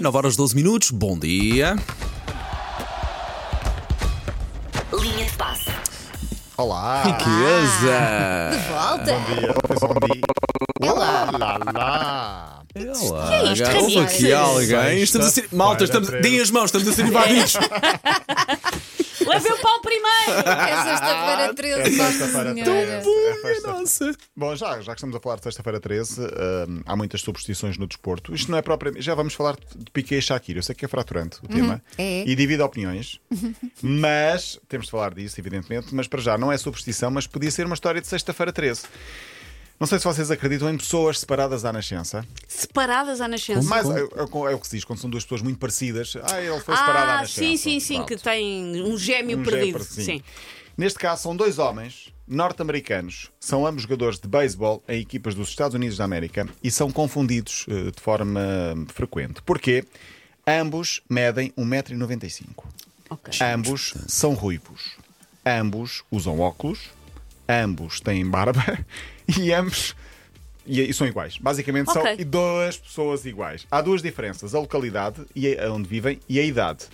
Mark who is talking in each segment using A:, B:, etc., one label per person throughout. A: 9 horas 12 minutos, bom dia.
B: Linha de passe.
C: Olá!
A: Riqueza!
B: Volta.
C: Bom dia, pois bom dia.
B: Olá.
C: Lá, lá.
A: Olá,
B: que é isto,
A: agora Houve
B: Ramiro?
A: aqui alguém.
C: Sexta,
A: Estamos a ser. Malta,
C: para,
A: estamos.
C: três.
A: Deem as mãos, estamos a ser invadidos.
D: É. Levei o pau primeiro!
B: É sexta-feira 13.
C: Sexta-feira
B: Nossa Senhora.
C: 13. É festa.
A: Nossa.
C: Bom, já, já que estamos a falar de sexta-feira 13, hum, há muitas superstições no desporto. Isto não é propriamente. Já vamos falar de Piquet e Shakira. Eu sei que é fraturante o tema
B: É.
C: e divide opiniões, mas temos de falar disso, evidentemente. Mas para já não é superstição, mas podia ser uma história de sexta-feira 13. Não sei se vocês acreditam em pessoas separadas à nascença.
D: Separadas à nascença.
C: Mas é, é- é o que se diz, quando são duas pessoas muito parecidas. Ah, ele foi separado à
D: ah,
C: nascença.
D: sim, sim, sim,
C: Pronto.
D: que tem um gêmeo
C: Um
D: perdido.
C: Jeopardy, sim.
D: Sim.
C: Neste caso, são dois homens norte-americanos, são ambos jogadores de beisebol em equipas dos Estados Unidos da América e são confundidos eh, de forma eh, frequente. Porquê? Ambos medem 1,95m.
D: Ok.
C: Ambos são ruivos. Ambos usam óculos. Ambos têm barba. E ambos. E, e são iguais. Basicamente são
D: Ok.
C: duas pessoas iguais. Há duas diferenças: a localidade e a, onde vivem e a idade.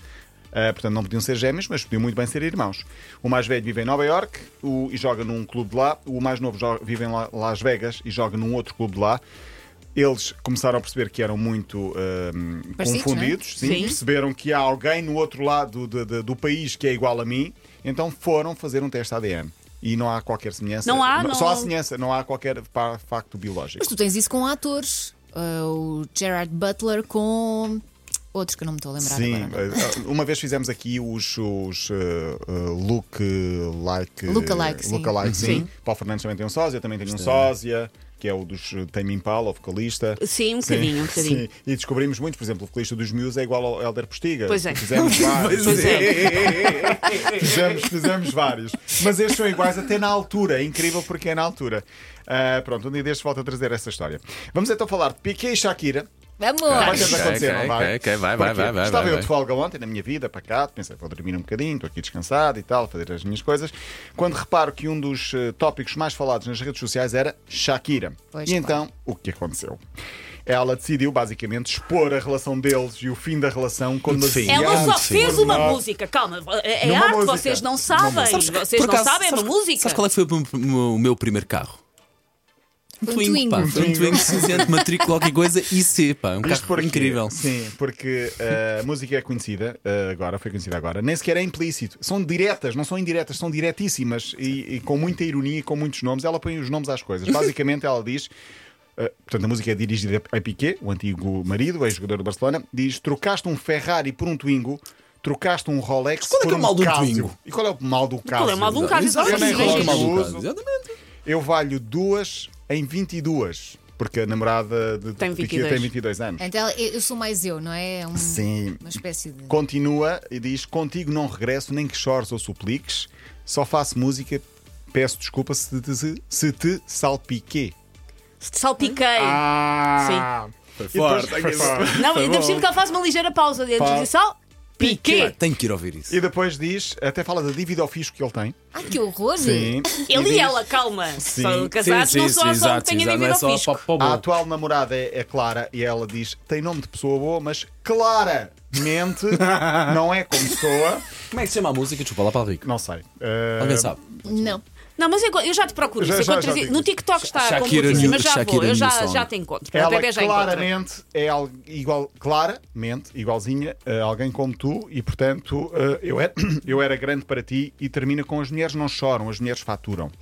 C: Ah, portanto, não podiam ser gêmeos, mas podiam muito bem ser irmãos. O mais velho vive em Nova York e joga num clube de lá. O mais novo jo- vive em La- Las Vegas e joga num outro clube de lá. Eles começaram a perceber que eram muito ah, ahm,
B: Parecidos,
C: confundidos, sim,
D: é? Sim.
C: perceberam que há alguém no outro lado do, do- do país que é igual a mim, então foram fazer um teste ADN. E não há qualquer semelhança.
D: Não há, não-
C: Só há semelhança, não há qualquer pa- facto biológico.
B: Mas tu tens isso com atores. Ah, o Gerard Butler com outros que eu não me estou a lembrar
C: Sim,
B: agora.
D: é?
C: eh, uma vez fizemos aqui os, os eh, eh, look like.
B: Lookalike, sim.
C: lookalike, sim.
D: Sim.
C: Paulo Fernandes também tem um sósia, eu também tenho um sósia, que é o dos eh, Tame Impala, o vocalista.
D: Sim, um bocadinho, um bocadinho.
C: Sim. E descobrimos muito, por exemplo, o vocalista dos Muse é igual ao Helder Postiga.
D: Pois é.
C: Fizemos vários.
D: Pois
C: fizemos, fizemos vários. Mas estes são iguais até na altura. É incrível porque é na altura. Ah, pronto, um dia deste volto a trazer essa história. Vamos então falar de Piquet e Shakira.
B: Vamos!
C: Vai ter de
A: Ok,
C: acontecer,
A: ok,
C: não vai?
A: ok, ok, vai, vai,
C: Porquê?
A: vai, vai,
C: Estava
A: vai,
C: eu
A: vai.
C: de folga ontem na minha vida, para cá, pensei, vou dormir um bocadinho, estou aqui descansado e tal, fazer as minhas coisas. Quando reparo que um dos eh, tópicos mais falados nas redes sociais era Shakira.
B: Pois,
C: e
B: claro.
C: então, o que aconteceu? Ela decidiu, basicamente, expor a relação deles e o fim da relação com demasiado
D: Ela só
A: sim.
D: fez uma
C: pormenor.
D: música, calma, é
C: Numa
D: arte,
C: música.
D: vocês não
C: Numa
D: sabem.
C: música.
D: vocês
A: Por
D: não
A: acaso,
D: sabem, é uma
A: sabes-
D: música.
A: Sabes qual é que foi o meu- o meu primeiro carro?
B: Um Twingo.
A: pá.
B: Um
A: Foi um Twingo cinzento, matrícula, qualquer coisa, IC, pá. Um
C: Isto
A: carro
C: porque,
A: incrível.
C: Sim, porque eh, a música é conhecida eh, agora, foi conhecida agora, nem sequer é implícito. São diretas, não são indiretas, são diretíssimas e, e com muita ironia e com muitos nomes. Ela põe os nomes às coisas. Basicamente, ela diz. eh, portanto, a música é dirigida a Piquet, o antigo marido, ex-jogador do Barcelona. Diz: trocaste um Ferrari por um Twingo, trocaste um Rolex
A: qual é
C: por
A: que é o
C: um
A: mal de um
C: Casio.
A: Twingo?
C: E qual é o mal do Casio?
D: Qual é o mal de um Casio?
A: Exato,
C: Eu nem
A: qual é que é o mal do
C: uso.
A: carro? Exatamente.
C: Eu valho duas em 22, porque a namorada de, de
D: Tem
C: Piquet
D: 22.
C: tem 22 anos.
B: Então eu sou mais eu, não é? É um-
C: Sim.
B: uma espécie de.
C: Continua e diz: Contigo não regresso, nem que chores ou supliques, só faço música. Peço desculpa se te, se- se te salpiquei.
D: Salpiquei.
C: Ah!
A: Foi
C: depois-
A: forte,
C: foi forte.
D: não,
A: foi
D: ainda por
A: bom.
D: cima que ela faz uma ligeira pausa dentro
C: Pau.
D: de sal. Piquet.
A: Tenho que ir ouvir isso.
C: E depois diz, até fala da dívida ao fisco que ele tem.
B: Ah, que horror!
D: Ele e
C: diz,
D: ela, calma.
C: Sim.
D: São casados,
A: sim,
D: não
A: sim,
D: só, só
A: exato,
D: têm a
A: exato, não
D: viver
A: é
D: ao
A: só
D: fisco.
A: pá, pá,
C: A
A: bom.
C: atual namorada é, é Clara e ela diz: tem nome de pessoa boa, mas claramente não é como pessoa.
A: Como é que se chama a música? Desculpa lá para o Rico.
C: Não sei. Eh,
A: Alguém sabe?
B: Não.
D: Não, mas eu, eu já te procuro.
C: Já-
D: isso, eu
C: já-
D: encontro
C: já
D: isso.
C: digo.
D: no TikTok está
A: Shakira
D: a compor,
A: New-
D: mas já vou,
A: Shakira
D: eu já,
A: Newsong.
D: já te encontro. o
C: Ela
D: bebê já encontra.
C: claramente é al- igual, claramente igualzinha a alguém como tu e, portanto, eh, eu era, eu era grande para ti e termina com as mulheres não choram, as mulheres faturam.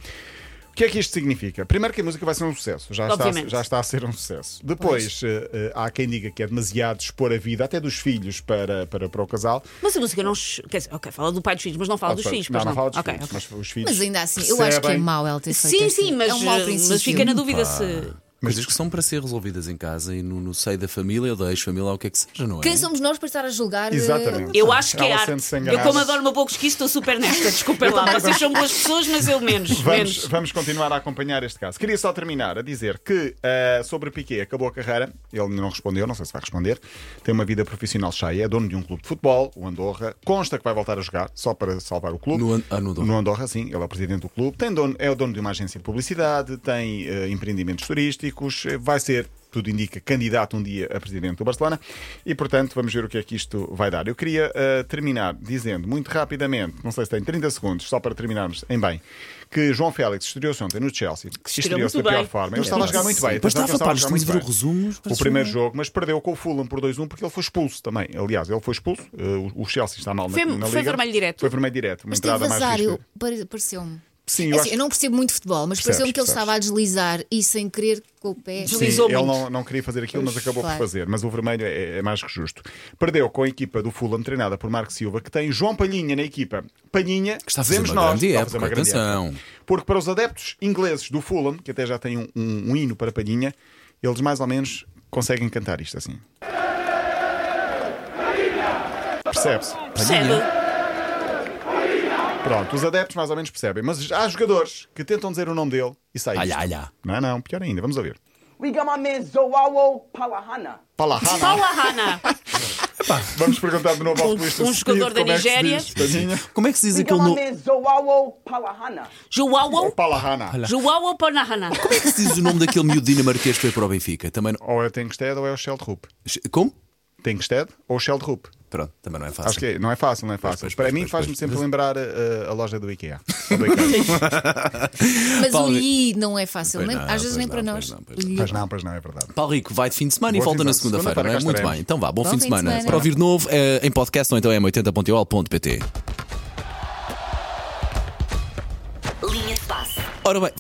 C: O que é que isto significa? Primeiro que a música vai ser um sucesso, já, está, a-
D: Obviamente.
C: já está a ser um sucesso. Depois eh, eh, há quem diga que é demasiado expor a vida até dos filhos para, para, para o casal.
D: Mas a música não. ch- Quer dizer, ok, fala do pai dos filhos, mas não fala dos filhos.
C: Ah, não,
D: pois
C: não fala dos
D: Ok,
C: filhos,
D: ok.
C: mas os filhos.
B: Mas ainda assim, eu acho que é
C: percebem-
B: mau ela ter feito
D: Sim,
B: assim.
D: sim, mas,
B: é um mau
D: eh,
B: princípio.
D: mas fica na dúvida se.
A: Coisas que são para ser resolvidas em casa e no, no seio da família ou da ex-família ou o que é que seja, não é?
B: Quem somos nós para estar a julgar? eh,
C: Exatamente.
D: Eu acho que é
C: Ela
D: arte.
C: sente-se
D: Eu,
C: enganada.
D: como adoro uma boa pesquisa, estou super nesta. Desculpem lá, vocês são boas pessoas, mas eu menos.
C: Vamos,
D: menos.
C: vamos continuar a acompanhar este caso. Queria só terminar a dizer que ah, sobre Piquet acabou a carreira, ele ainda não respondeu, não sei se vai responder. Tem uma vida profissional cheia, é dono de um clube de futebol, o Andorra. Consta que vai voltar a jogar, só para salvar o clube.
A: No An- ah, no Andorra.
C: sim, ele é o presidente do clube. Tem dono- é o dono de uma agência de publicidade, tem ah, eh, empreendimentos turísticos. específicos, eh, vai ser, tudo indica, candidato um dia a presidente do Barcelona e, portanto, vamos ver o que é que isto vai dar. Eu queria eh, terminar dizendo muito rapidamente, não sei se tem 30 segundos, só para terminarmos em bem, que João Félix estreou-se ontem no Chelsea.
D: estreou
C: Estreou-se da
D: muito
C: pior
D: bem.
C: forma. Ele estava a jogar muito bem.
A: Pois
C: atenção que
A: estava, pá,
C: ele a jogar
A: estamos a ver
C: muito
A: o
C: bem.
A: resumo.
C: O primeiro jogo, mas perdeu com o Fulham por 2-1 porque ele foi expulso também. Aliás, ele foi expulso. eh, o o Chelsea está mal na,
D: Foi-
C: na
D: foi
C: Liga.
D: vermelho direto.
C: Foi vermelho direto. Uma
B: Mas teve
C: entrada mais
B: azar, eu-
C: ríspida.
B: pare- pareceu-me.
C: Sim,
B: É
C: eu
B: assim,
C: acho
B: eu não percebo muito de futebol, mas
C: Percebes,
B: pareceu-me que ele
C: percebes.
B: estava a deslizar e sem querer com o pé.
D: Sim.
C: Sim,
D: Deslizou
C: ele
D: muito.
C: não, não queria fazer aquilo, mas
B: Pois,
C: acabou
B: claro.
C: por fazer. Mas o vermelho é, é mais que justo. Perdeu com a equipa do Fulham, treinada por Marco Silva, que tem João Palhinha na equipa. Palhinha, que
A: está a fazer uma grande época, atenção.
C: Porque para os adeptos ingleses do Fulham, que até já têm um, um- um hino para Palhinha, eles mais ou menos conseguem cantar isto assim. Percebe-se?
D: Percebe?
C: Pronto, os adeptos mais ou menos percebem. Mas há jogadores que tentam dizer o nome dele e saem.
A: Alha, alha.
C: Não, é, não, pior ainda, vamos ouvir.
E: We got my man Zowawo Palahana.
C: Palahana.
D: Paula Hanna.
C: Vamos perguntar de novo ao
D: Um-
C: polícia.
D: um
C: se
D: jogador
C: como
D: da
C: é que se
D: Nigéria.
C: diz, Tadinha.
A: Como é que se diz
E: We got
A: aquele
E: my
A: nome?
E: man Zowawo Palahana.
D: João.
C: Palahana.
D: João Panahana.
A: Como é que se diz o nome daquele miúdo dinamarquês que foi para o Benfica? Também não...
C: Ou é o Tengsted ou é o Scheldrup.
A: Como?
C: Tengsted ou Scheldrup.
A: Pronto, também não é fácil.
C: Acho que é- não é fácil, não é fácil.
A: Pois, pois,
C: Para
A: pois,
C: mim
A: pois,
C: faz-me
A: pois.
C: sempre lembrar uh, a loja do IKEA. Ou do IKEA.
B: Mas
A: Paulo-
B: o I não é fácil,
A: Pois
B: nem-
A: não,
B: às vezes
A: pois
B: nem
A: não,
B: para
A: pois
B: nós.
A: não, pois não.
B: O I.
C: Mas não, pois não, é verdade.
A: Paulo Rico vai de fim de semana
C: Boa
A: e volta
C: fim de
A: na
C: semana.
A: segunda-feira, não é?
C: Segunda-feira cá
A: Muito
C: estaremos.
A: bem. Então vá, bom, fim de semana.
B: semana.
A: Para ouvir de novo, eh, em podcast ou então em 80.ol.pt.
F: Linha de passe.
A: Ora bem.